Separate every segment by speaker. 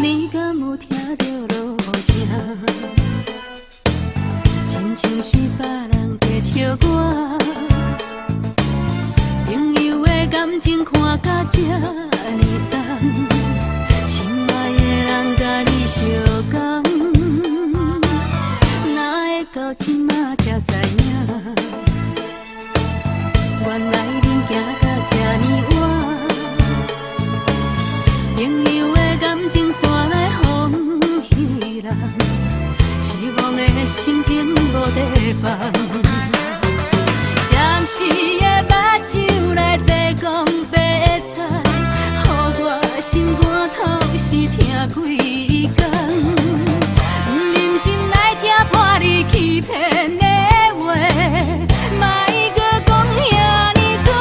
Speaker 1: 你敢有听到落雨声？亲像是别人在笑我。朋友的感情看甲这呢重，心爱的人甲你相共，哪会到这马才知影？原来恁行到这呢晚。朋友的感情线来风戏人，失望的心情无地放。闪时的目睭来白讲白菜，予我心肝透是疼几工。忍心来听破你欺骗的话，莫搁讲遐尼多，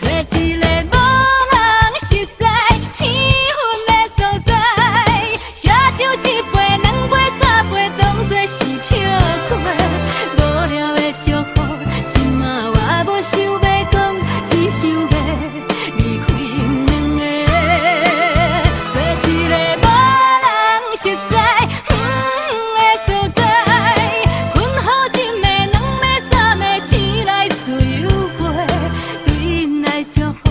Speaker 1: 找一个无人熟悉、生分的所在，写酒一杯、两杯、三杯，当作是笑话。无聊的祝福，即马我无想要讲，只想要离开因两个，做一个无人熟悉。的所在，困好一暝、两暝、三暝，醒来自由飞，对因来祝福，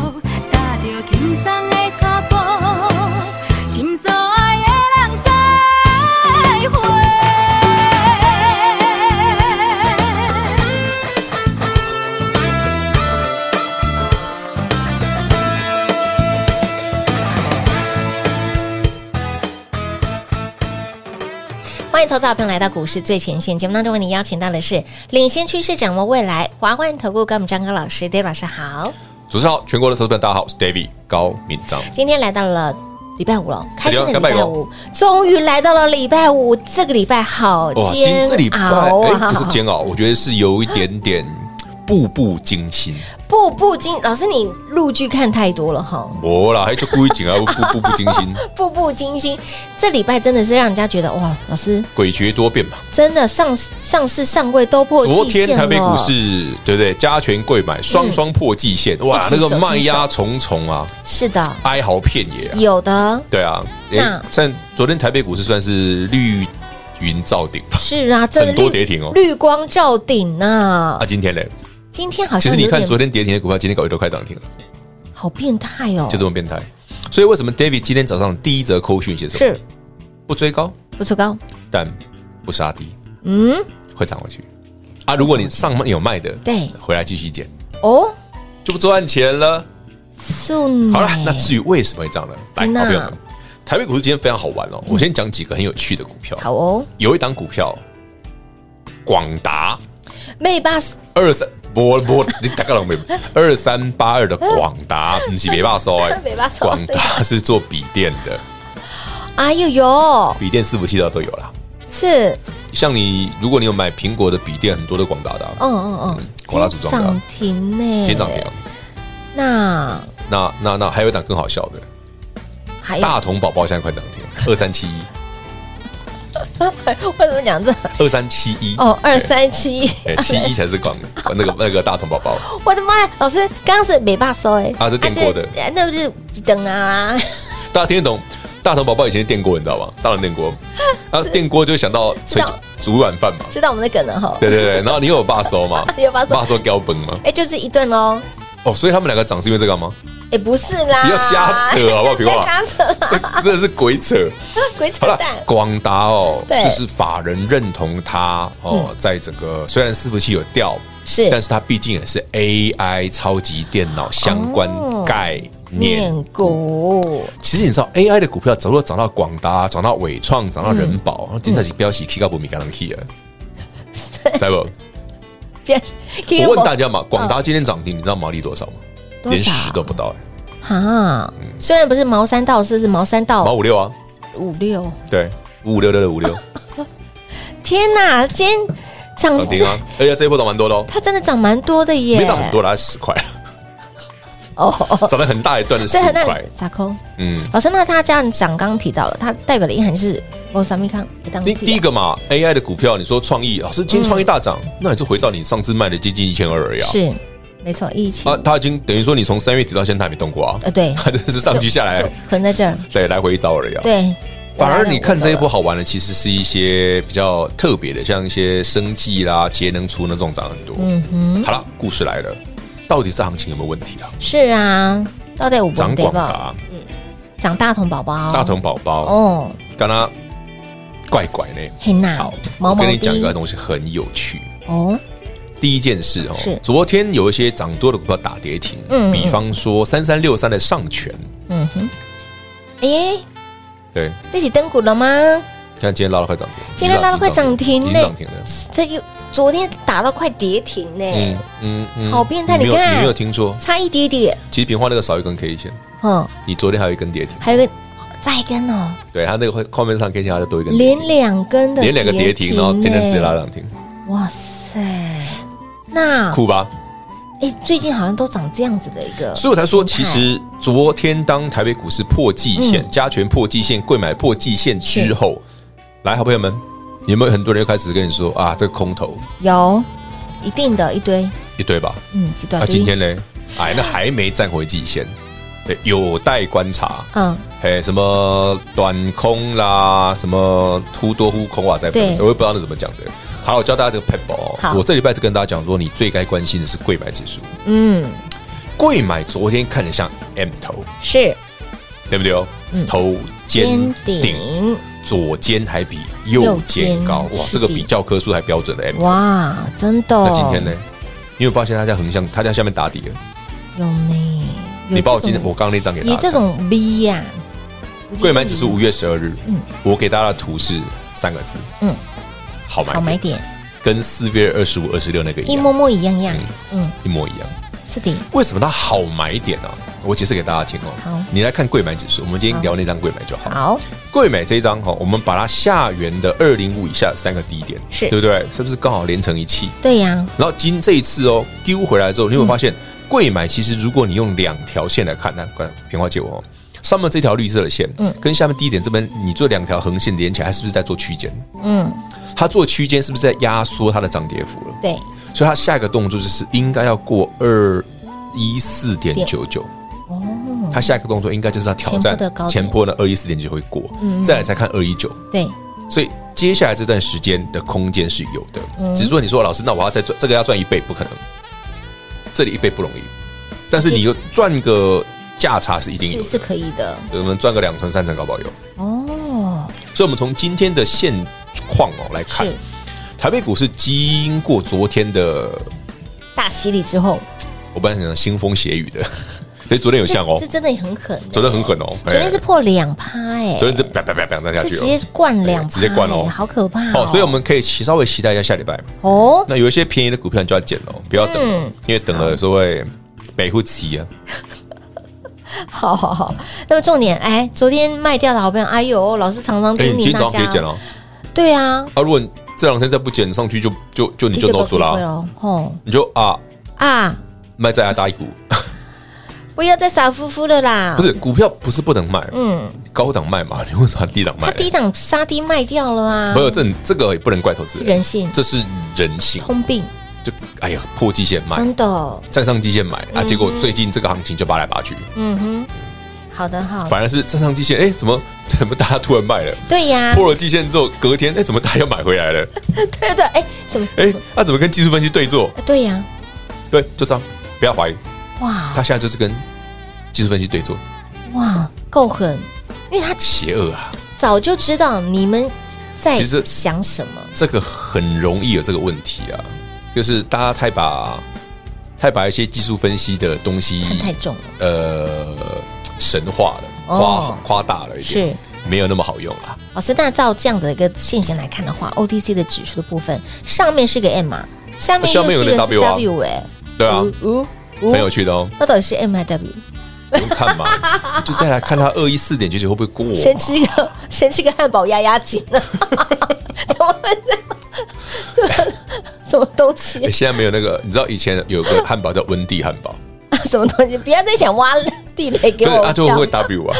Speaker 1: 踏着轻松的脚步，心所爱的人再会。
Speaker 2: 欢迎投资好朋友来到股市最前线节目当中，为您邀请到的是领先趋势、掌握未来华冠投顾跟我们张高老师 d a v i d 老师好。
Speaker 3: 主持人好，全国的投资者大家好，我是 David 高敏章。
Speaker 2: 今天来到了礼拜五了，开心的礼
Speaker 3: 哎礼拜
Speaker 2: 拜
Speaker 3: 五
Speaker 2: 五，终于来到了礼拜五。这个礼拜好
Speaker 3: 今
Speaker 2: 煎啊
Speaker 3: 这礼拜哎
Speaker 2: 熬啊，
Speaker 3: 不是煎熬，我觉得是有一点点步步惊心。
Speaker 2: 步步惊。老师，你陆剧看太多了哈，
Speaker 3: 我啦，还就故意紧啊，步步步惊 心，
Speaker 2: 步步惊心。这礼拜真的是让人家觉得哇，老师
Speaker 3: 诡谲多变嘛。
Speaker 2: 真的上上市上柜都破
Speaker 3: 昨
Speaker 2: 季
Speaker 3: 天
Speaker 2: 线哦了。
Speaker 3: 台北股市对不对？加权贵买双双破季线，哇，
Speaker 2: 一
Speaker 3: 那
Speaker 2: 起手
Speaker 3: 个卖压重重啊，
Speaker 2: 是的，
Speaker 3: 哀嚎遍野啊。
Speaker 2: 有的
Speaker 3: 对啊，
Speaker 2: 那
Speaker 3: 哎，算昨天台北股市算是绿云罩顶吧，
Speaker 2: 是啊，真的
Speaker 3: 很多
Speaker 2: 绿
Speaker 3: 跌停哦
Speaker 2: 绿光照顶呐
Speaker 3: 啊，。今天嘞，
Speaker 2: 今天好
Speaker 3: 其
Speaker 2: 像
Speaker 3: 实你
Speaker 2: 有
Speaker 3: 看
Speaker 2: 点
Speaker 3: 昨天跌停的股票，今天搞一都开涨停了。
Speaker 2: 好变态哦，
Speaker 3: 就这么变态。所以为什么 David 今天早上第一则扣讯写什么？
Speaker 2: 是
Speaker 3: 不追高，
Speaker 2: 不出高，
Speaker 3: 但不杀低，
Speaker 2: 嗯，
Speaker 3: 会涨回去啊！如果你上面有卖的，
Speaker 2: 对
Speaker 3: 回来继续减，
Speaker 2: 哦，
Speaker 3: 就不赚钱了。
Speaker 2: 素美
Speaker 3: 好了，那至于为什么会涨呢？来，
Speaker 2: 那
Speaker 3: 好朋友们，台北股市今天非常好玩哦。我先讲几个很有趣的股票，
Speaker 2: 好哦，
Speaker 3: 有一档股票，广达
Speaker 2: 妹巴士
Speaker 3: 二三。波波，你大概了没？二三八二的广
Speaker 2: ，
Speaker 3: 达，不是别怕收哎
Speaker 2: 没办法收
Speaker 3: 广达是做笔电的，
Speaker 2: 哎呦呦，
Speaker 3: 笔电伺服器的都有啦。
Speaker 2: 是，
Speaker 3: 像你，如果你有买苹果的笔电，很多都广达的、啊，
Speaker 2: 嗯嗯嗯
Speaker 3: 嗯，广达组装的啊
Speaker 2: 涨停呢，
Speaker 3: 先涨停啊。
Speaker 2: 那
Speaker 3: 那那那还有一档更好笑的，
Speaker 2: 还有
Speaker 3: 大同宝宝现在快涨停了，二三七一，
Speaker 2: 为什么讲这？
Speaker 3: 二三七一
Speaker 2: 哦，二，三七，
Speaker 3: 哎，七一才是广 那个那个大同宝宝，
Speaker 2: 我的妈呀！老师刚刚是美霸收哎，
Speaker 3: 啊是电锅的
Speaker 2: 啊，这哎那不是几等啊？
Speaker 3: 大家听得懂？大同宝宝以前是电锅，你知道吗？大同 电锅，然后电锅就想到
Speaker 2: 知
Speaker 3: 炊
Speaker 2: 道
Speaker 3: 煮软饭嘛，
Speaker 2: 知道我们的梗了哈。，
Speaker 3: 对对对，然后你有爸收嘛
Speaker 2: 你有爸收
Speaker 3: 爸收胶崩嘛，
Speaker 2: 哎，就是一顿喽。
Speaker 3: 哦，所以他们两个涨是因为这 个吗？
Speaker 2: 哎，不是啦，
Speaker 3: 不要瞎扯好不好
Speaker 2: 不
Speaker 3: 平话
Speaker 2: 要瞎扯啦，
Speaker 3: 真的是鬼扯。
Speaker 2: 鬼
Speaker 3: 好
Speaker 2: 扯
Speaker 3: 了
Speaker 2: 淡，。
Speaker 3: 广达哦，
Speaker 2: 对嗯
Speaker 3: 就是法人认同它哦，在整个虽然伺服器有掉，
Speaker 2: 是
Speaker 3: 但是它毕竟也是 AI 超级电脑相关
Speaker 2: 哦
Speaker 3: 概念
Speaker 2: 念 股，
Speaker 3: 其实你知道 AI 的股票，早就涨到广达，涨到伟创，涨到人保，
Speaker 2: 嗯
Speaker 3: 真的是标起 K 高不米给人 K 了，在不？
Speaker 2: 别，
Speaker 3: 我问大家嘛，广达今天涨停，你知道毛利多少吗？
Speaker 2: 嗯多
Speaker 3: 连
Speaker 2: 少啊
Speaker 3: 十都不到，哎
Speaker 2: 哈，虽然不是毛三到四，是毛三
Speaker 3: 毛
Speaker 2: 到
Speaker 3: 五六啊，
Speaker 2: 五六。
Speaker 3: 对，五五六六六 五六
Speaker 2: 哦天哪，今天涨
Speaker 3: 涨停啊，而且这一波涨蛮多的哦，
Speaker 2: 它真的涨蛮多的耶，
Speaker 3: 没到很多啦，大概十块，
Speaker 2: 哦。
Speaker 3: 涨得很大一段的十
Speaker 2: 对，
Speaker 3: 五
Speaker 2: 那
Speaker 3: 块，
Speaker 2: 傻抠
Speaker 3: 嗯。
Speaker 2: 老师，那他这样涨，刚刚提到了，它代表的意涵是我三米康当
Speaker 3: 第第一
Speaker 2: 地
Speaker 3: 个嘛，AI 的股票，你说创意，老师今天创意大涨，那也是回到你上次卖的接近一千二而已啊。
Speaker 2: 嗯是没错，疫情
Speaker 3: 啊，它已经等于说你从三月底到现在还没动过啊，
Speaker 2: 呃对，
Speaker 3: 它就是上去下来
Speaker 2: 就，捆在这儿，
Speaker 3: 对，来回一招而已啊。
Speaker 2: 对。
Speaker 3: 哎反
Speaker 2: 我
Speaker 3: 而
Speaker 2: 来了
Speaker 3: 你看
Speaker 2: 我
Speaker 3: 这一波
Speaker 2: 走了
Speaker 3: 好玩的，其实是一些比较特别的，像一些生技啦、节能储能这种涨很多。
Speaker 2: 嗯哼，
Speaker 3: 好了，故事来了，到底这行情有没有问题啊？
Speaker 2: 是啊，到底我不
Speaker 3: 涨
Speaker 2: 得
Speaker 3: 广
Speaker 2: 吧？
Speaker 3: 达、
Speaker 2: 长大同宝宝，
Speaker 3: 大同宝宝，
Speaker 2: 哦，
Speaker 3: 刚刚怪怪呢。
Speaker 2: 很难
Speaker 3: 好，，
Speaker 2: 毛
Speaker 3: 我
Speaker 2: 毛
Speaker 3: 跟你讲一个
Speaker 2: 的
Speaker 3: 东西很有趣。
Speaker 2: 哦，
Speaker 3: 第一件事哦，
Speaker 2: 是
Speaker 3: 昨天有一些涨多的股票打跌停，
Speaker 2: 嗯
Speaker 3: 比方说三三六三的上权，
Speaker 2: 嗯哼，哎，
Speaker 3: 对，
Speaker 2: 这起登股了吗？
Speaker 3: 看今天拉了快涨停，
Speaker 2: 今天拉了快涨停
Speaker 3: 已经
Speaker 2: 嘞
Speaker 3: 涨停了，
Speaker 2: 这又昨天打到快跌停
Speaker 3: 嗯
Speaker 2: 呢，
Speaker 3: 嗯嗯
Speaker 2: 好变态
Speaker 3: 你没有
Speaker 2: 你看
Speaker 3: 你没有听说？
Speaker 2: 差一点点，
Speaker 3: 其实平花那个少一根 K 线，
Speaker 2: 哦，
Speaker 3: 你昨天还有一根跌停，
Speaker 2: 还有一个再一根哦，
Speaker 3: 对，它那个画面上 K 线它就多一根跌
Speaker 2: 连
Speaker 3: 停，
Speaker 2: 两根的
Speaker 3: 连两个跌停，然后今天直接拉
Speaker 2: 了，
Speaker 3: 涨停，
Speaker 2: 哇塞！那
Speaker 3: 酷吧？
Speaker 2: 哎，最近好像都长这样子的一哦个形态，嗯
Speaker 3: 所以我才说，其实昨天当台北股市破季线、加权破季线、贵买破季线之后，来，好朋友们，有没有很多人又开始跟你说啊，这个空头
Speaker 2: 有一定的一堆，
Speaker 3: 一堆吧？
Speaker 2: 嗯，极端
Speaker 3: 那
Speaker 2: 就是
Speaker 3: 啊今天呢？哎，那还没站回季线，对，有待观察。
Speaker 2: 嗯，
Speaker 3: 哎，什么短空啦，什么忽多忽空啊，在
Speaker 2: 对
Speaker 3: 我也不知道那怎么讲的。好，我教大家这个 p e b b
Speaker 2: 好
Speaker 3: l 我这礼拜是跟大家讲说，你最该关心的是贵买指数。
Speaker 2: 嗯，
Speaker 3: 贵买昨天看着像 M 头，
Speaker 2: 是
Speaker 3: 对不对哦？
Speaker 2: 嗯
Speaker 3: 头
Speaker 2: 尖
Speaker 3: 尖顶，
Speaker 2: 顶，
Speaker 3: 左肩还比右肩高
Speaker 2: 右，肩
Speaker 3: 哇，
Speaker 2: 是
Speaker 3: 这个
Speaker 2: 的
Speaker 3: 比教科书还标准的 M。
Speaker 2: 哇，真的哦。
Speaker 3: 那今天呢？你有发现它在横向，它在下面打底了？
Speaker 2: 有呢？有
Speaker 3: 你把我
Speaker 2: 这
Speaker 3: 今天
Speaker 2: 种
Speaker 3: 我刚刚那张给大
Speaker 2: 你
Speaker 3: 家
Speaker 2: 这
Speaker 3: 看。
Speaker 2: 种 V 呀、
Speaker 3: 贵买指数五月十二日
Speaker 2: 嗯，
Speaker 3: 我给大家的图是三个字，
Speaker 2: 嗯，
Speaker 3: 好买
Speaker 2: 好买
Speaker 3: 点，
Speaker 2: 点，
Speaker 3: 跟四月二十五、二十六那个一
Speaker 2: 一
Speaker 3: 样，
Speaker 2: 摸摸一样样。嗯，
Speaker 3: 一模一样。
Speaker 2: 是的，
Speaker 3: 为什么它好买点呢、我解释给大家听哦。
Speaker 2: 好
Speaker 3: 你来看贵买指数，我们今天聊那张贵买就好。
Speaker 2: 好，
Speaker 3: 贵买这一张哈、我们把它下缘的二零五以下三个低点，
Speaker 2: 是
Speaker 3: 对不对？是不是刚好连成一气？
Speaker 2: 对呀、
Speaker 3: 然后今这一次哦，丢回来之后，你会发
Speaker 2: 嗯
Speaker 3: 现贵买其实如果你用两条线来看，那看平花借我哦，上面这条绿色的线，嗯，跟下面低点这边你做两条横线连起来，它是不是在做区间？
Speaker 2: 嗯，
Speaker 3: 它做区间是不是在压缩它的涨跌幅了？
Speaker 2: 对，
Speaker 3: 所以它下一个动作就是应该要过二一四点九九。
Speaker 2: 哦，
Speaker 3: 它下一个动作应该就是要挑
Speaker 2: 前
Speaker 3: 战
Speaker 2: 波的高点嗯
Speaker 3: 前波的二一四点九会过，再来才看二一九。
Speaker 2: 对，
Speaker 3: 所以接下来这段时间的空间是有的，
Speaker 2: 嗯
Speaker 3: 只是说你说老师，那我要再赚这个要赚一倍，不可能，这里一倍不容易，但是你又赚个价差是一定
Speaker 2: 是
Speaker 3: 有的，
Speaker 2: 是可以的。
Speaker 3: 对我们赚个两成三成搞不好有。
Speaker 2: 哦，
Speaker 3: 所以，我们从今天的现况哦来看
Speaker 2: 是，
Speaker 3: 台北股市经过昨天的，
Speaker 2: 大洗礼之后，
Speaker 3: 我本来想讲腥风血雨的， 所以昨天有
Speaker 2: 这
Speaker 3: 像哦
Speaker 2: 这，真的很狠，
Speaker 3: 昨天很狠哦，
Speaker 2: 昨天是
Speaker 3: 哎
Speaker 2: 破两趴哎，
Speaker 3: 昨天是啪啪啪啪这样下
Speaker 2: 是
Speaker 3: 去
Speaker 2: 直接
Speaker 3: 哦，
Speaker 2: 灌两趴、
Speaker 3: 直接灌哦
Speaker 2: 哎好可怕哦
Speaker 3: 哦，所以我们可以期稍微期待一下下礼拜。
Speaker 2: 哦，
Speaker 3: 那有一些便宜的股票你就要捡喽，不要等了，
Speaker 2: 嗯
Speaker 3: 因为等了有时候会北户期啊。
Speaker 2: 好好好。那么重点，哎，昨天卖掉的好朋友，哎呦，老师常常
Speaker 3: 哎、
Speaker 2: 叮
Speaker 3: 你
Speaker 2: 咛
Speaker 3: 今天
Speaker 2: 大
Speaker 3: 早上可以
Speaker 2: 家，
Speaker 3: 捡哦。
Speaker 2: 对啊，
Speaker 3: 啊，如果你这两天再不捡上去就，就就你就 no
Speaker 2: 这
Speaker 3: 输
Speaker 2: 个
Speaker 3: 啦，
Speaker 2: 不机会咯哦
Speaker 3: 啊你就啊
Speaker 2: 啊，
Speaker 3: 卖在阿大一股，
Speaker 2: 嗯不要再傻乎乎了啦。
Speaker 3: 不，是股票不是不能卖，
Speaker 2: 嗯，
Speaker 3: 高档卖嘛， 你为什么要低档
Speaker 2: 他
Speaker 3: 卖呢？
Speaker 2: 低档杀低卖掉了啊，
Speaker 3: 没有这这个也不能怪投资
Speaker 2: 是
Speaker 3: 人，
Speaker 2: 人性
Speaker 3: 这是人性，
Speaker 2: 通病，
Speaker 3: 就哎呀破季线卖，
Speaker 2: 真的。
Speaker 3: 站上季线买啊，结果最近这个行情就拔来拔去，
Speaker 2: 嗯哼，好的好，
Speaker 3: 反而是站上季线，哎、怎么 怎么大家突然卖了？
Speaker 2: 对呀，
Speaker 3: 破了季线之后，隔天哎、怎么大家又买回来了？
Speaker 2: 对对，哎，什么？
Speaker 3: 哎、那、怎么跟技术分析对坐？
Speaker 2: 啊对呀，
Speaker 3: 对，就这样，不要怀疑，
Speaker 2: 哇
Speaker 3: 他现在就是跟技术分析对坐，
Speaker 2: 哇，够狠，因为他
Speaker 3: 邪恶啊！
Speaker 2: 早就知道你们在
Speaker 3: 其实
Speaker 2: 想什么，
Speaker 3: 这个很容易有这个问题啊，就是大家太把太把一些技术分析的东西
Speaker 2: 看太重了，
Speaker 3: 呃神化了，
Speaker 2: 哦
Speaker 3: 夸夸大了一点，
Speaker 2: 是
Speaker 3: 没有那么好用啊啦。
Speaker 2: 老师，那照这样子的一个现象来看的话，OTC 的指数的部分，上面是个 M 嘛，下面
Speaker 3: 下面
Speaker 2: 又
Speaker 3: 有
Speaker 2: 是
Speaker 3: 个
Speaker 2: 个
Speaker 3: W 啊
Speaker 2: W 哎，
Speaker 3: 对啊，
Speaker 2: 呜
Speaker 3: 很有，趣的哦，
Speaker 2: 那到底是 M 还是 W？
Speaker 3: 不用看嘛，就再来看它二一四点九九会不会过嘛？
Speaker 2: 先吃一个 先吃个汉堡压压惊啊！ 怎么会这样？这个什么东
Speaker 3: 诶
Speaker 2: 西？啊
Speaker 3: 哎现在没有那个，你知道以前有个汉堡叫温蒂汉堡，
Speaker 2: 什么东西？不要再想挖地雷给
Speaker 3: 哎对，
Speaker 2: 我
Speaker 3: 它就
Speaker 2: 跳
Speaker 3: 会 W 啊，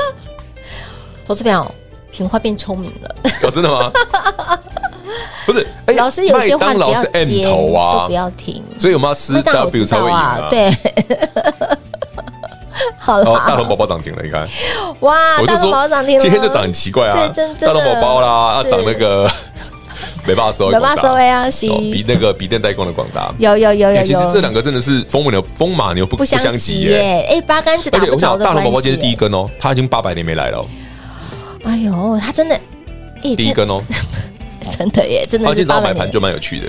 Speaker 2: 投资票，平花变聪明了。
Speaker 3: 哦，真的吗？不是，哎
Speaker 2: 老师有些话
Speaker 3: 麦当
Speaker 2: 你不
Speaker 3: 劳
Speaker 2: 要
Speaker 3: 是
Speaker 2: 接，
Speaker 3: M 头
Speaker 2: 都
Speaker 3: 啊
Speaker 2: 不，要听。
Speaker 3: 所以我们要吃
Speaker 2: 麦当劳我
Speaker 3: W
Speaker 2: 知
Speaker 3: 才
Speaker 2: 道
Speaker 3: 会赢
Speaker 2: 啊
Speaker 3: 啊，。
Speaker 2: 对，好
Speaker 3: 哦，大
Speaker 2: 啦，
Speaker 3: 龙宝宝涨停了，你看，
Speaker 2: 哇，
Speaker 3: 我就
Speaker 2: 啊大龙
Speaker 3: 说
Speaker 2: 宝涨停了，
Speaker 3: 今天就涨很奇怪啊
Speaker 2: 这真，真
Speaker 3: 大
Speaker 2: 的
Speaker 3: 龙宝宝啦，
Speaker 2: 是
Speaker 3: 涨那 个没办法收，
Speaker 2: 没办法收尾啊是
Speaker 3: 哦比那个比电代工的广达。
Speaker 2: 有有有有
Speaker 3: 哎其实这
Speaker 2: 有，
Speaker 3: 两个真的是风马牛风马牛不
Speaker 2: 不
Speaker 3: 不
Speaker 2: 相
Speaker 3: 相及
Speaker 2: 及
Speaker 3: 耶。
Speaker 2: 耶！哎，八竿子
Speaker 3: 而
Speaker 2: 打
Speaker 3: 且
Speaker 2: 不
Speaker 3: 我
Speaker 2: 着
Speaker 3: 想，
Speaker 2: 的
Speaker 3: 大龙
Speaker 2: 关
Speaker 3: 宝宝今
Speaker 2: 系
Speaker 3: 天第一
Speaker 2: 耶。
Speaker 3: 根哦，他已经八百年没来了哦，
Speaker 2: 哎呦，他真的，哎，
Speaker 3: 第一
Speaker 2: 这
Speaker 3: 根哦，
Speaker 2: 真的耶，真
Speaker 3: 他
Speaker 2: 的
Speaker 3: 今
Speaker 2: 是
Speaker 3: 天
Speaker 2: 八
Speaker 3: 早上
Speaker 2: 百
Speaker 3: 买
Speaker 2: 年
Speaker 3: 盘就蛮有趣的。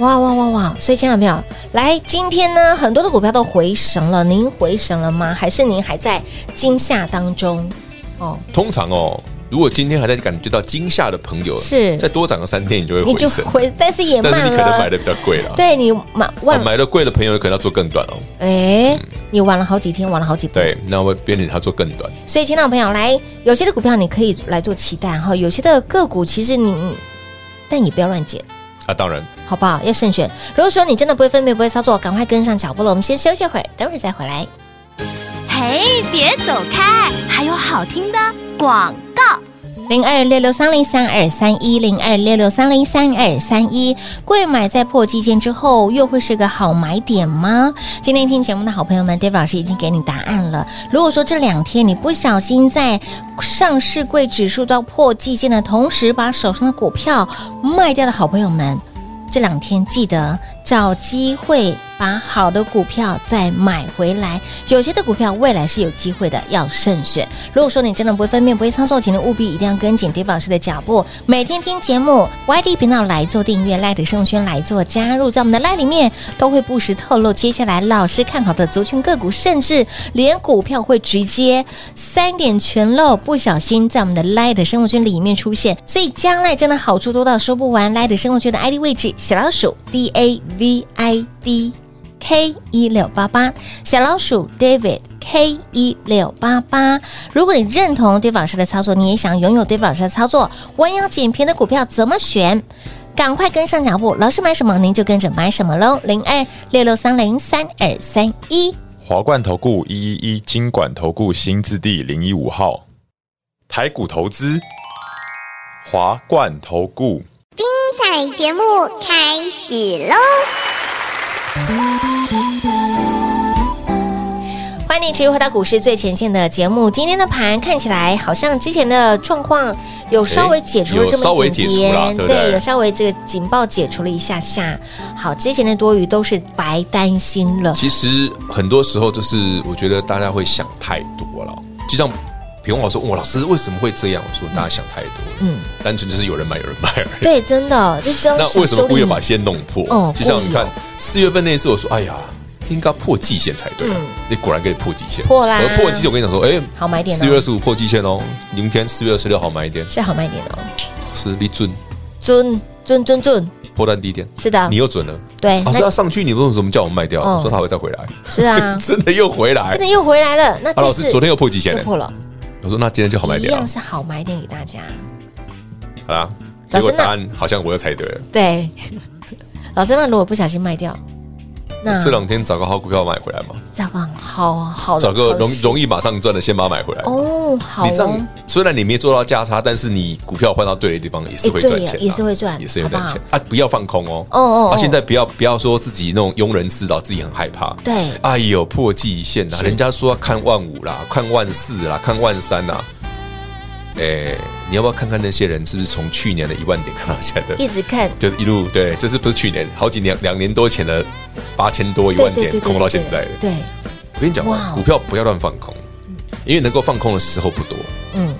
Speaker 2: 哇哇哇哇！所以，亲爱的朋友，来，今天呢，很多的股票都回神了。您回神了吗？还是您还在惊吓当中？哦，
Speaker 3: 通常哦，如果今天还在感觉到惊吓的朋友，
Speaker 2: 是
Speaker 3: 再多涨个三天，你就会
Speaker 2: 你
Speaker 3: 回
Speaker 2: 就
Speaker 3: 升，
Speaker 2: 回，但是也
Speaker 3: 但是
Speaker 2: 慢
Speaker 3: 你可能买
Speaker 2: 了。
Speaker 3: 的比较贵了。
Speaker 2: 对你买
Speaker 3: 啊
Speaker 2: 晚，
Speaker 3: 买的贵的朋友可能要做更短哦，
Speaker 2: 哎，你晚了好几天，晚了好几步。
Speaker 3: 对，那我变成他做更短，
Speaker 2: 所以，亲爱的朋友，来，有些的股票你可以来做期待哈，有些的个股其实你，但也不要乱捡，
Speaker 3: 啊，当然
Speaker 2: 好不好？要慎选。如果说你真的不会分辨、不会操作，赶快跟上脚步了。我们先休息会儿，等会儿再回来。
Speaker 1: 嘿，别走开，还有好听的广告。
Speaker 2: 零二六六三零三二三一零二六六三零三二三一，贵买在破基线之后，又会是个好买点吗？今天听节目的好朋友们，David 老师已经给你答案了。如果说这两天你不小心在上市柜指数到破季线的同时，把手上的股票卖掉的好朋友们，这两天记得找机会把好的股票再买回来。有些的股票未来是有机会的，要慎选。如果说你真的不会分辨、不会操作，请你务必一定要跟紧 d a v 老师的脚步，每天听节目，YT 频道来做订阅，赖的生活圈来做加入，在我们的赖里面都会不时透露接下来老师看好的族群个股，甚至连股票会直接三点全漏，不小心在我们的赖的生活圈里面出现。所以将来真的好处多到说不完。赖的生活圈的 ID 位置：小老鼠 D A V I D。K 一六八八，小老鼠 David K 一六八八。如果你认同 David 老师的操作，你也想拥有 David 老师的操作，弯腰捡便宜的股票怎么选？赶快跟上脚步，老师买什么您就跟着买什么喽。零二六六三零三二三一，
Speaker 4: 华冠投顾一一一金管投顾新字第零一五号，台股投资，华冠投顾。
Speaker 5: 彩节目开始喽！
Speaker 2: 欢迎你持续回到股市最前线的节目。今天的盘看起来好像之前的状况有稍微解除了
Speaker 3: 诶
Speaker 2: 这
Speaker 3: 哎有稍
Speaker 2: 么
Speaker 3: 微
Speaker 2: 一
Speaker 3: 解
Speaker 2: 点
Speaker 3: 除啦
Speaker 2: 点，
Speaker 3: 对不对
Speaker 2: 有稍微这个警报解除了一下下。好，之前的多余都是白担心了。
Speaker 3: 其实很多时候就是，我觉得大家会想太多了。就像平王老师问我老师为什么会这样，我说大家想太多了，
Speaker 2: 嗯
Speaker 3: 嗯，单纯就是有人买有人卖 而已。
Speaker 2: 对，真的就是这样
Speaker 3: 那
Speaker 2: 手
Speaker 3: 为什
Speaker 2: 手
Speaker 3: 么
Speaker 2: 里
Speaker 3: 故意要
Speaker 2: 拿
Speaker 3: 把线弄破？
Speaker 2: 哦
Speaker 3: 就像你看
Speaker 2: 故意
Speaker 3: 四月份那一次，我说哎呀，应该破季线才对啊，你果然给你破季线，
Speaker 2: 嗯破啦
Speaker 3: 而破季线，我跟你讲说，哎，
Speaker 2: 好买点哦
Speaker 3: 四月二十五破季线哦，明天四月二十六好买一点，
Speaker 2: 是好卖点哦？
Speaker 3: 是你准
Speaker 2: 准准准准，
Speaker 3: 破单低点，
Speaker 2: 是的
Speaker 3: 你，又哦啊准了。
Speaker 2: 对，
Speaker 3: 老师
Speaker 2: 啊哎那
Speaker 3: 他上去，你为什么叫我们卖掉？
Speaker 2: 哦
Speaker 3: 我说他会再回来，，
Speaker 2: 是啊
Speaker 3: 真的又回来
Speaker 2: 真。的又回来了。那
Speaker 3: 哎啊，
Speaker 2: 这
Speaker 3: 老
Speaker 2: 次
Speaker 3: 师昨天又破季线
Speaker 2: 又
Speaker 3: 了，
Speaker 2: 破了，
Speaker 3: 我说那今天就好买
Speaker 2: 一
Speaker 3: 点啊
Speaker 2: 样，是好买点给大家。
Speaker 3: 好啦。
Speaker 2: 老
Speaker 3: 结
Speaker 2: 师
Speaker 3: 果答
Speaker 2: 那
Speaker 3: 案好像我又猜对了。
Speaker 2: 对， 老师，那如果不小心卖掉，那
Speaker 3: 这两天找个好股票买回来嘛，
Speaker 2: 再放好嗯好的
Speaker 3: 找个容
Speaker 2: 好的
Speaker 3: 容易马上赚的，先把它买回来。
Speaker 2: 哦，好
Speaker 3: 你这
Speaker 2: 哦
Speaker 3: 样。虽然你没做到价差，但是你股票换到对的地方也是会
Speaker 2: 哎对
Speaker 3: 赚钱啊，
Speaker 2: 耶也是会赚
Speaker 3: 也是会赚
Speaker 2: 好
Speaker 3: 钱
Speaker 2: 不
Speaker 3: 啊！不要放空哦。
Speaker 2: 哦哦
Speaker 3: 啊，
Speaker 2: 哦
Speaker 3: 现在不要不要说自己那种庸人自扰，自己很害怕。
Speaker 2: 对
Speaker 3: 哎呦，破季线啦，人家说要看万五啦，看万四啦，看万三啦。哎，你要不要看看那些人是不是从去年的一万点看到现在的？
Speaker 2: 一直看，
Speaker 3: 就是一路对，这是不是去年好几年两年多前的八千多一
Speaker 2: 对
Speaker 3: 万
Speaker 2: 对
Speaker 3: 点
Speaker 2: 对对，
Speaker 3: 空到现在的？
Speaker 2: 对，对
Speaker 3: 我跟你讲
Speaker 2: 哇
Speaker 3: 啊，
Speaker 2: 哦
Speaker 3: 股票不要乱放空，因为能够放空的时候不多。
Speaker 2: 嗯，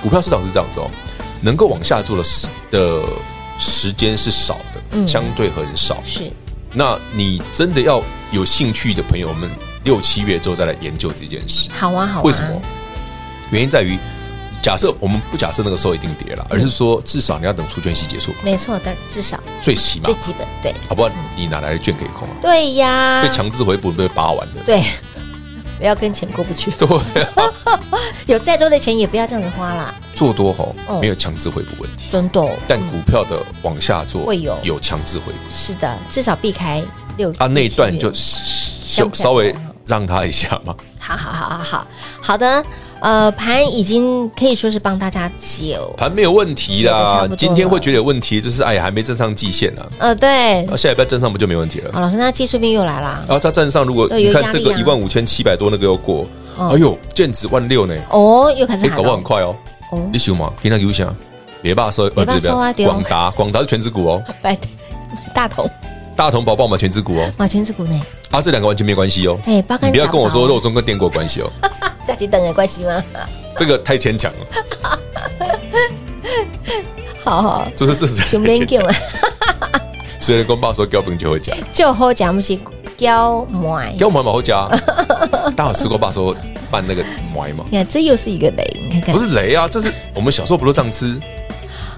Speaker 3: 股票市场是这样子哦，能够往下做的时的时间是少的，
Speaker 2: 嗯
Speaker 3: 相对很少。
Speaker 2: 是
Speaker 3: 那你真的要有兴趣的朋友，我们六七月之后再来研究这件事。
Speaker 2: 好啊，好啊，
Speaker 3: 为什么？？原因在于，假设我们不假设那个时候一定跌
Speaker 2: 嗯
Speaker 3: 了，而是说至少你要等除权息结束，
Speaker 2: 没错，但至少
Speaker 3: 最起码
Speaker 2: 最，基本对
Speaker 3: 好不好？你哪来的券可以空啊？
Speaker 2: 对呀
Speaker 3: 被，强制回补被扒完的，
Speaker 2: 对， 不要跟钱过不去，
Speaker 3: 对啊，
Speaker 2: 有再多的钱也不要这样子花啦，
Speaker 3: 做多吼
Speaker 2: 哦
Speaker 3: 没有强制回补问题，
Speaker 2: 尊斗
Speaker 3: 但股票的往下做
Speaker 2: 哦会有
Speaker 3: 有强制回补。
Speaker 2: 是的，至少避开六
Speaker 3: 啊，那一段就
Speaker 2: 七月
Speaker 3: 稍
Speaker 2: 不下
Speaker 3: 稍微
Speaker 2: 来哈
Speaker 3: 让他一下嘛。
Speaker 2: 好好好好好好的，呃，盘已经可以说是帮大家解，
Speaker 3: 盘没有问题
Speaker 2: 写得差
Speaker 3: 啦
Speaker 2: 不多，
Speaker 3: 今天
Speaker 2: 了
Speaker 3: 会觉得有问题，就是哎呀还没站上季线啊，
Speaker 2: 呃，对，
Speaker 3: 啊下礼拜站上不就没问题了？
Speaker 2: 好，老师，那技术面又来啦，
Speaker 3: 然后它站上，如果
Speaker 2: 嗯对
Speaker 3: 你
Speaker 2: 有
Speaker 3: 看
Speaker 2: 压
Speaker 3: 这
Speaker 2: 力
Speaker 3: 个
Speaker 2: 啊
Speaker 3: 一万五千七百多那个要过，
Speaker 2: 嗯
Speaker 3: 哎呦，剑指万六呢，
Speaker 2: 哦，又开始
Speaker 3: 哎，
Speaker 2: 喊
Speaker 3: 搞不好很
Speaker 2: 了，
Speaker 3: 快哦。
Speaker 2: 哦
Speaker 3: 你，想嘛，给他有想，别霸收，
Speaker 2: 别霸收啊
Speaker 3: 呃不
Speaker 2: 对
Speaker 3: 是
Speaker 2: 哦
Speaker 3: 广达，广达是全指股哦，
Speaker 2: 白大同
Speaker 3: 大同宝宝嘛全指股哦，
Speaker 2: 马圈子股呢？
Speaker 3: 啊，这两个完全没关系哦。
Speaker 2: 哎，八
Speaker 3: 你
Speaker 2: 竿
Speaker 3: 不
Speaker 2: 子
Speaker 3: 要
Speaker 2: 打
Speaker 3: 跟我
Speaker 2: 着
Speaker 3: 说
Speaker 2: 哦
Speaker 3: 肉中跟电锅有关系哦，
Speaker 2: 假期等的关系吗？
Speaker 3: 这个太牵强了，
Speaker 2: 好好，
Speaker 3: 就是这是
Speaker 2: 熊连叫啊， 哎
Speaker 3: 虽然公爸说标本就会讲，
Speaker 2: 就好讲不是叫买。
Speaker 3: 给我们买 好加，大家有吃过爸说拌那个糜吗？
Speaker 2: 你看，这又是一个雷，你看看。
Speaker 3: 不是雷啊，这是我们小时候不都这样吃？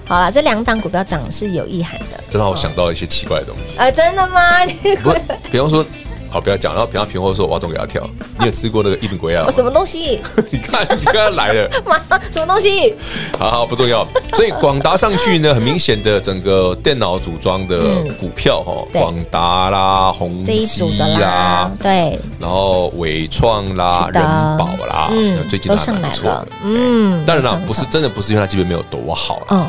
Speaker 2: 好了，这两档股票涨是有意涵的。
Speaker 3: 这让我想到一些奇怪的东 西。
Speaker 2: 呃，真的吗？你
Speaker 3: 不，比方说，好不要讲，然后比方平货说我要懂给他跳，你有吃过那个伊本鬼啊
Speaker 2: 我？什么东西？
Speaker 3: 你看，你看他来了，
Speaker 2: 妈，什么东 西？
Speaker 3: 好好不 重要。所以广达上去呢，很明显的整个电脑组装的股票哈，
Speaker 2: 对
Speaker 3: 广达啦、宏
Speaker 2: 嗯这一组
Speaker 3: 基
Speaker 2: 的啦
Speaker 3: 啦，，
Speaker 2: 对，
Speaker 3: 然后伟创啦、
Speaker 2: 是的
Speaker 3: 人保啦，
Speaker 2: 嗯
Speaker 3: 啊最近
Speaker 2: 都
Speaker 3: 还
Speaker 2: 上
Speaker 3: 蛮
Speaker 2: 来
Speaker 3: 不错
Speaker 2: 了
Speaker 3: 的。
Speaker 2: 嗯
Speaker 3: 当然
Speaker 2: 都
Speaker 3: 啦
Speaker 2: 上，
Speaker 3: 不是真的不是因为它基本没有多好啦，
Speaker 2: 哦，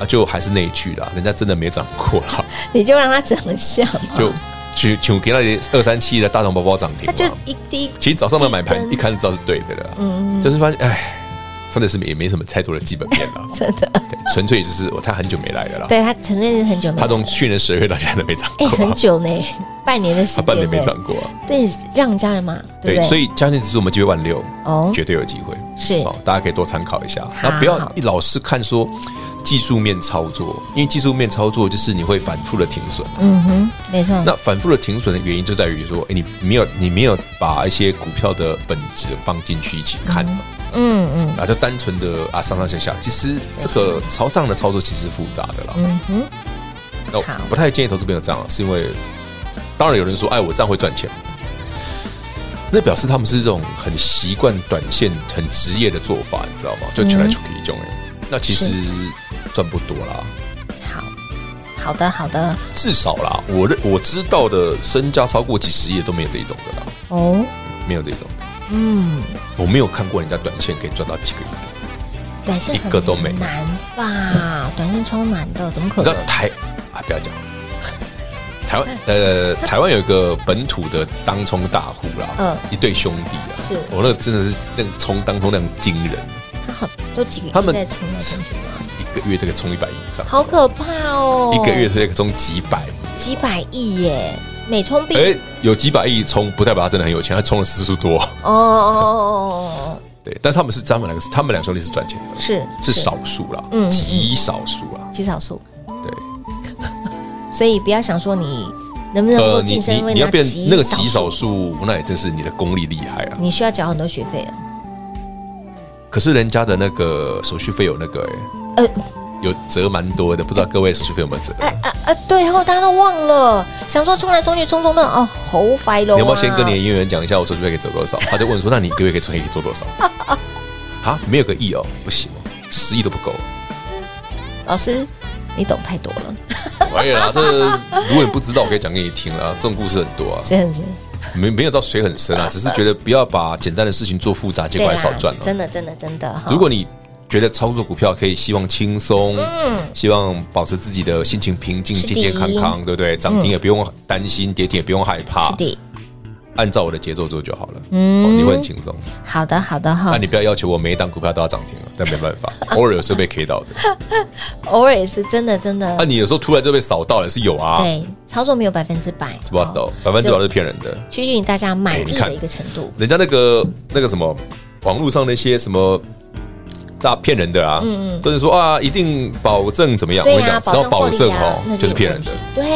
Speaker 3: 啊，就还是那一句啦，人家真的没涨过 啦，
Speaker 2: 你就让它涨一下嘛，
Speaker 3: 就就请给那里二三七的大同包包涨停
Speaker 2: 它就
Speaker 3: 嘛。
Speaker 2: 一滴，
Speaker 3: 其实早上的买
Speaker 2: 一
Speaker 3: 盘
Speaker 2: 根
Speaker 3: 一看就知道是对的了，
Speaker 2: 嗯，，
Speaker 3: 就是发现哎，真的是也没什么太多的基本面啦
Speaker 2: 真的，
Speaker 3: 对纯粹就是我他很久没来了啦，
Speaker 2: 对它承认是很久没
Speaker 3: 他，从去年十二月到现在都没涨
Speaker 2: 哎，
Speaker 3: 过
Speaker 2: 很
Speaker 3: 啊，
Speaker 2: 久呢，半年的时
Speaker 3: 他
Speaker 2: 间，
Speaker 3: 半年没，涨过啊，
Speaker 2: 对，让人家了嘛，对
Speaker 3: 对
Speaker 2: 不，对？
Speaker 3: 所
Speaker 2: 以
Speaker 3: 以加权指数我们机会万六，
Speaker 2: 哦，
Speaker 3: 绝对有机会。
Speaker 2: 是
Speaker 3: 哦，大家可以多参考一下。那不
Speaker 2: 好
Speaker 3: 要一老是看说技术面操作，因为技术面操作就是你会反复的停损。
Speaker 2: 嗯哼，没错，
Speaker 3: 那反复的停损的原因就在于说，哎、你没有你没有把一些股票的本质放进去一起看，
Speaker 2: 嗯嗯
Speaker 3: 啊，就单纯的啊上上下下。其实这个操这样的操作其实是复杂的啦。
Speaker 2: 嗯哼，
Speaker 3: 那我
Speaker 2: 好
Speaker 3: 不太建议投资朋友这样啊，是因为当然有人说，哎，我这样会赚钱。那表示他们是这种很习惯短线、很职业的做法，你知道吗？就求来求去一种哎，
Speaker 2: 嗯
Speaker 3: 那其实赚不多啦。
Speaker 2: 好，好的好的，
Speaker 3: 至少啦，我认我知道的身家超过几十亿的都没有这一种的啦，
Speaker 2: 哦，
Speaker 3: 没有这种的。
Speaker 2: 嗯，
Speaker 3: 我没有看过人家短线可以赚到几个亿的。
Speaker 2: 短线
Speaker 3: 一
Speaker 2: 很
Speaker 3: 个都没有
Speaker 2: 难吧？短线超难的，怎么可
Speaker 3: 你知
Speaker 2: 能
Speaker 3: 道？台啊，不要讲了。台湾呃，台湾有一个本土的当冲大户啦，
Speaker 2: 嗯
Speaker 3: 一对兄弟啊，
Speaker 2: 是
Speaker 3: 我那个真的是那个冲当冲量惊人，
Speaker 2: 他好都几个
Speaker 3: 他
Speaker 2: 亿
Speaker 3: 们
Speaker 2: 在冲来冲去吗？
Speaker 3: 一个月这个冲一百亿以上，
Speaker 2: 好可怕哦！
Speaker 3: 一个月这个冲几百，
Speaker 2: 几百亿耶，每冲必
Speaker 3: 哎，有几百亿冲不代表他真的很有钱，他冲的次 数多，
Speaker 2: 哦哦哦
Speaker 3: 对，但是他们是他们两个他们两兄弟是赚钱
Speaker 2: 哦，
Speaker 3: 的，
Speaker 2: 是
Speaker 3: 是少数啦
Speaker 2: 嗯嗯，嗯
Speaker 3: 极少数啊，
Speaker 2: 极少数，
Speaker 3: 对，
Speaker 2: 所以不要想说你能不能够
Speaker 3: 呃你
Speaker 2: 晋升
Speaker 3: 你
Speaker 2: 为
Speaker 3: 你要变那个极
Speaker 2: 极
Speaker 3: 少，数，那也真是你的功力厉害啊。
Speaker 2: 你需要缴很多学费啊。
Speaker 3: 可是人家的那个手续费有那个、欸，
Speaker 2: 呃
Speaker 3: 有折蛮多的，不知道各位手续费有没有折？
Speaker 2: 哎啊啊！对哦，大家都忘了，想说冲来冲去冲冲的哦，好烦喽。
Speaker 3: 你有没有先跟你的营业员讲一下我手续费可以折 多少？他就问说，那你一个月可以存可以做多少？啊，没有个亿哦，不行哦，十亿都不 够。
Speaker 2: 老师，你懂太多了，
Speaker 3: 哎呀，这如果你不知道，我可以讲给你听啊，这种故事很多啊，
Speaker 2: 所以很
Speaker 3: 没没有到水 很深啊，只是觉得不要把简单的事情做复杂，结
Speaker 2: 对
Speaker 3: 果
Speaker 2: 啦
Speaker 3: 还少赚哦。
Speaker 2: 真的真的真的哈。
Speaker 3: 如果你觉得操作股票可以希望轻松，
Speaker 2: 嗯
Speaker 3: 希望保持自己的心情平静、
Speaker 2: 是的嗯
Speaker 3: 健健康康，对不对？涨停也不用担心，跌停也不用害怕
Speaker 2: 是，的，
Speaker 3: 按照我的节奏做就好了。
Speaker 2: 嗯
Speaker 3: 哦，你会很轻松。
Speaker 2: 好的好的
Speaker 3: 那
Speaker 2: 哈，
Speaker 3: 啊你不要要求我每一档股票都要涨停了，啊但没 办法，偶尔有时候被 K 到的。
Speaker 2: 偶尔也是真的真
Speaker 3: 那
Speaker 2: 的，
Speaker 3: 你有时候突然就被扫到了，是有啊，
Speaker 2: 对，操作没有百分之百，
Speaker 3: 不要
Speaker 2: 哦
Speaker 3: 抖，百分之百是骗人的。
Speaker 2: 趋近于大家满
Speaker 3: 哎
Speaker 2: 意
Speaker 3: 你看
Speaker 2: 的一个程度。
Speaker 3: 人家那个那个什么，网络上那些什么。诈骗人的啊，
Speaker 2: 嗯
Speaker 3: 嗯嗯，都是说啊，一定保证怎么样？
Speaker 2: 对
Speaker 3: 我跟你
Speaker 2: 呀、
Speaker 3: 讲，只
Speaker 2: 保证获
Speaker 3: 要保
Speaker 2: 利
Speaker 3: 证
Speaker 2: 啊，那
Speaker 3: 哦，就是骗人的
Speaker 2: 有，问题。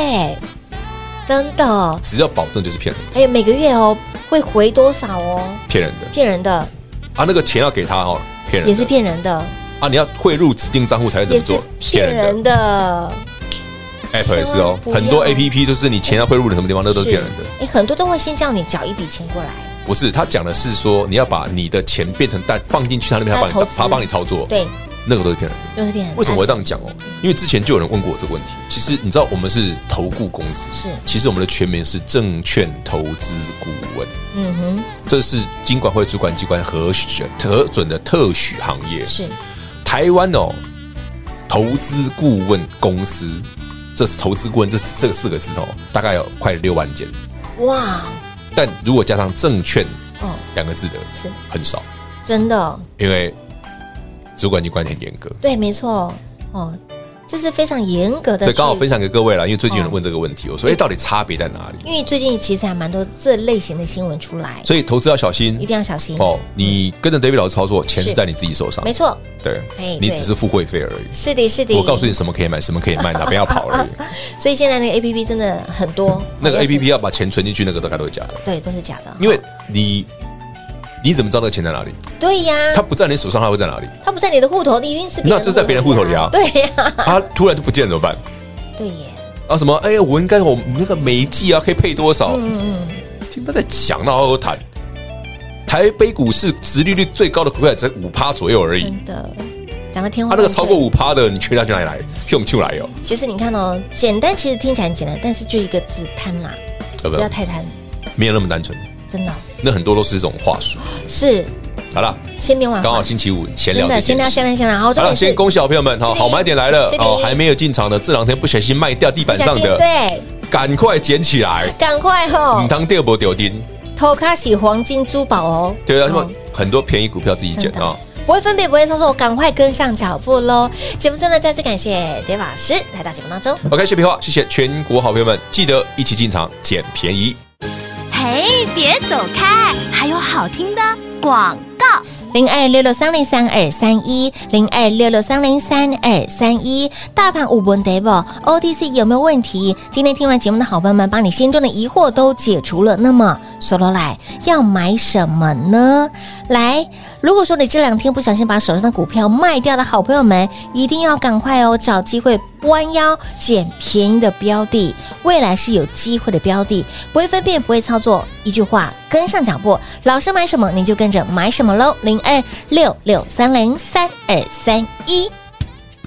Speaker 2: 对，真的，
Speaker 3: 只要保证就是骗人
Speaker 2: 而
Speaker 3: 的。
Speaker 2: 且每个月哦，会回多少哦？
Speaker 3: 骗人的
Speaker 2: 骗人的，
Speaker 3: 啊！那个钱要给他哦，骗人
Speaker 2: 也
Speaker 3: 的
Speaker 2: 是骗人的，
Speaker 3: 啊！你要汇入指定账户才能怎
Speaker 2: 也
Speaker 3: 么
Speaker 2: 是
Speaker 3: 做？
Speaker 2: 骗人
Speaker 3: 的
Speaker 2: 的，
Speaker 3: app 也是哦
Speaker 2: 千万不，要
Speaker 3: 很多 app 就是你钱要汇入的什么地方，那都是骗人的。
Speaker 2: 诶哎很多都会先叫你缴一笔钱过来，
Speaker 3: 不是，他讲的是说你要把你的钱变成蛋放进去，他那边他帮
Speaker 2: 他投
Speaker 3: 你
Speaker 2: 资
Speaker 3: 他帮你操作，
Speaker 2: 对，哎
Speaker 3: 那个都是骗人的。
Speaker 2: 又是骗人的。
Speaker 3: 为什么我会这样讲哦？因为之前就有人问过我这个问题。其实你知道，我们是投顾公司，
Speaker 2: 是
Speaker 3: 其实我们的全名是证券投资顾问，
Speaker 2: 嗯哼，
Speaker 3: 这是金管会主管机关核许核准的特许行业。
Speaker 2: 是
Speaker 3: 台湾哦，投资顾问公司，这是投资顾问这这四个字哦，大概有快六万件，
Speaker 2: 哇，
Speaker 3: 但如果加上证券
Speaker 2: 哦，
Speaker 3: 两个字的，
Speaker 2: 是
Speaker 3: 很少，
Speaker 2: 真的，
Speaker 3: 因为主管机关很严格。
Speaker 2: 对，没错，哦，这是非常严格的去。
Speaker 3: 所以刚好分享给各位了，因为最
Speaker 2: 嗯
Speaker 3: 近有人问这个问题，我说：“哎、到底差别在哪里？”
Speaker 2: 因为最近其实还蛮多这类型的新闻出来，
Speaker 3: 所以投资要小心
Speaker 2: 一定要小心。
Speaker 3: 哦。你跟着 David 老师操作，钱
Speaker 2: 是
Speaker 3: 是在你自己手上
Speaker 2: 没，错，
Speaker 3: 对
Speaker 2: 哎，
Speaker 3: 你
Speaker 2: 对
Speaker 3: 只是付会费而已。
Speaker 2: 是的，是的。
Speaker 3: 我告诉你，什么可以买，什么可以卖，哪边要 跑而已。
Speaker 2: 所以现在那个 A P P 真的很多，
Speaker 3: 那个
Speaker 2: 好
Speaker 3: A
Speaker 2: 像是
Speaker 3: P P 要把钱存进去，那个大概都会假的，
Speaker 2: 对都是假的，
Speaker 3: 因为你你怎么知道那个钱在哪里？
Speaker 2: 对呀，
Speaker 3: 它不在你手上，它会在哪里？
Speaker 2: 它不在你的户头，你一定是
Speaker 3: 那这是在别人户头里啊
Speaker 2: 对 呀，
Speaker 3: 它突然就不见了怎么办？
Speaker 2: 对耶，
Speaker 3: 啊什么？哎呀，我应该我那个每一季啊可以配多少？
Speaker 2: 嗯嗯
Speaker 3: 听他在讲，那好好谈。台北股市殖利率最高的股票只五趴左右而
Speaker 2: 嗯，
Speaker 3: 已，
Speaker 2: 真的讲的天花乱
Speaker 3: 它、
Speaker 2: 坠。
Speaker 3: 那个超过五趴的，你去他去哪里来？用就来哦，
Speaker 2: 其实你看哦，简单其实听起来很简单，但是就一个字贪啦，
Speaker 3: 对不
Speaker 2: 不要
Speaker 3: 对？
Speaker 2: 太贪，
Speaker 3: 没有那么单纯，
Speaker 2: 真的
Speaker 3: 那很多都是这种话术。
Speaker 2: 是
Speaker 3: 好了，
Speaker 2: 千变万
Speaker 3: 刚
Speaker 2: 化
Speaker 3: 好。星期五闲聊
Speaker 2: 嗯真
Speaker 3: 这
Speaker 2: 的，
Speaker 3: 件事，
Speaker 2: 先聊先聊先聊，好，
Speaker 3: 好
Speaker 2: 重
Speaker 3: 了，
Speaker 2: 点
Speaker 3: 先
Speaker 2: 是
Speaker 3: 恭喜好朋友们，好
Speaker 2: 是的
Speaker 3: 好买点来了
Speaker 2: 是的
Speaker 3: 哦，还没有进场的，这两天不小心卖掉地板
Speaker 2: 不小
Speaker 3: 上
Speaker 2: 心
Speaker 3: 的，
Speaker 2: 对，
Speaker 3: 赶快捡起来，
Speaker 2: 赶快吼
Speaker 3: 你，当掉不丢钉？
Speaker 2: 偷卡洗黄金珠宝哦，
Speaker 3: 对啊，
Speaker 2: 哦
Speaker 3: 那么很多便宜股票自己捡
Speaker 2: 真的
Speaker 3: 啊。
Speaker 2: 不会分别，不会操作，赶快跟上脚步喽！节目真的再次感谢 d a 老师来到节目当中。
Speaker 3: OK，谢皮话，谢谢全国好朋友们，记得一起进场捡便宜。
Speaker 1: 嘿，别走开，还有好听的广告。
Speaker 2: 零二六六三零三二三一，零二六六三零三二三一。大盘五本 d e b l OTC 有没有问题？今天听完节目的好朋友们，把你心中的疑惑都解除了。那么，索罗来要买什么呢？来，如果说你这两天不小心把手上的股票卖掉的好朋友们，一定要赶快哦，找机会弯腰捡便宜的标的，未来是有机会的标的，不会分辨，不会操作，一句话跟上脚步，老师买什么你就跟着买什么喽。零二六六三零三二三一。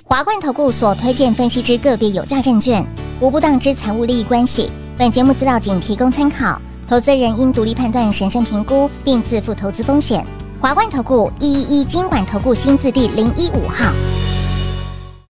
Speaker 5: 华冠投顾所推荐分析之个别有价证券，无不当之财务利益关系。本节目资料仅提供参考，投资人应独立判断、审慎评估，并自负投资风险。华冠投顾一一一金管投顾新字第零一五号。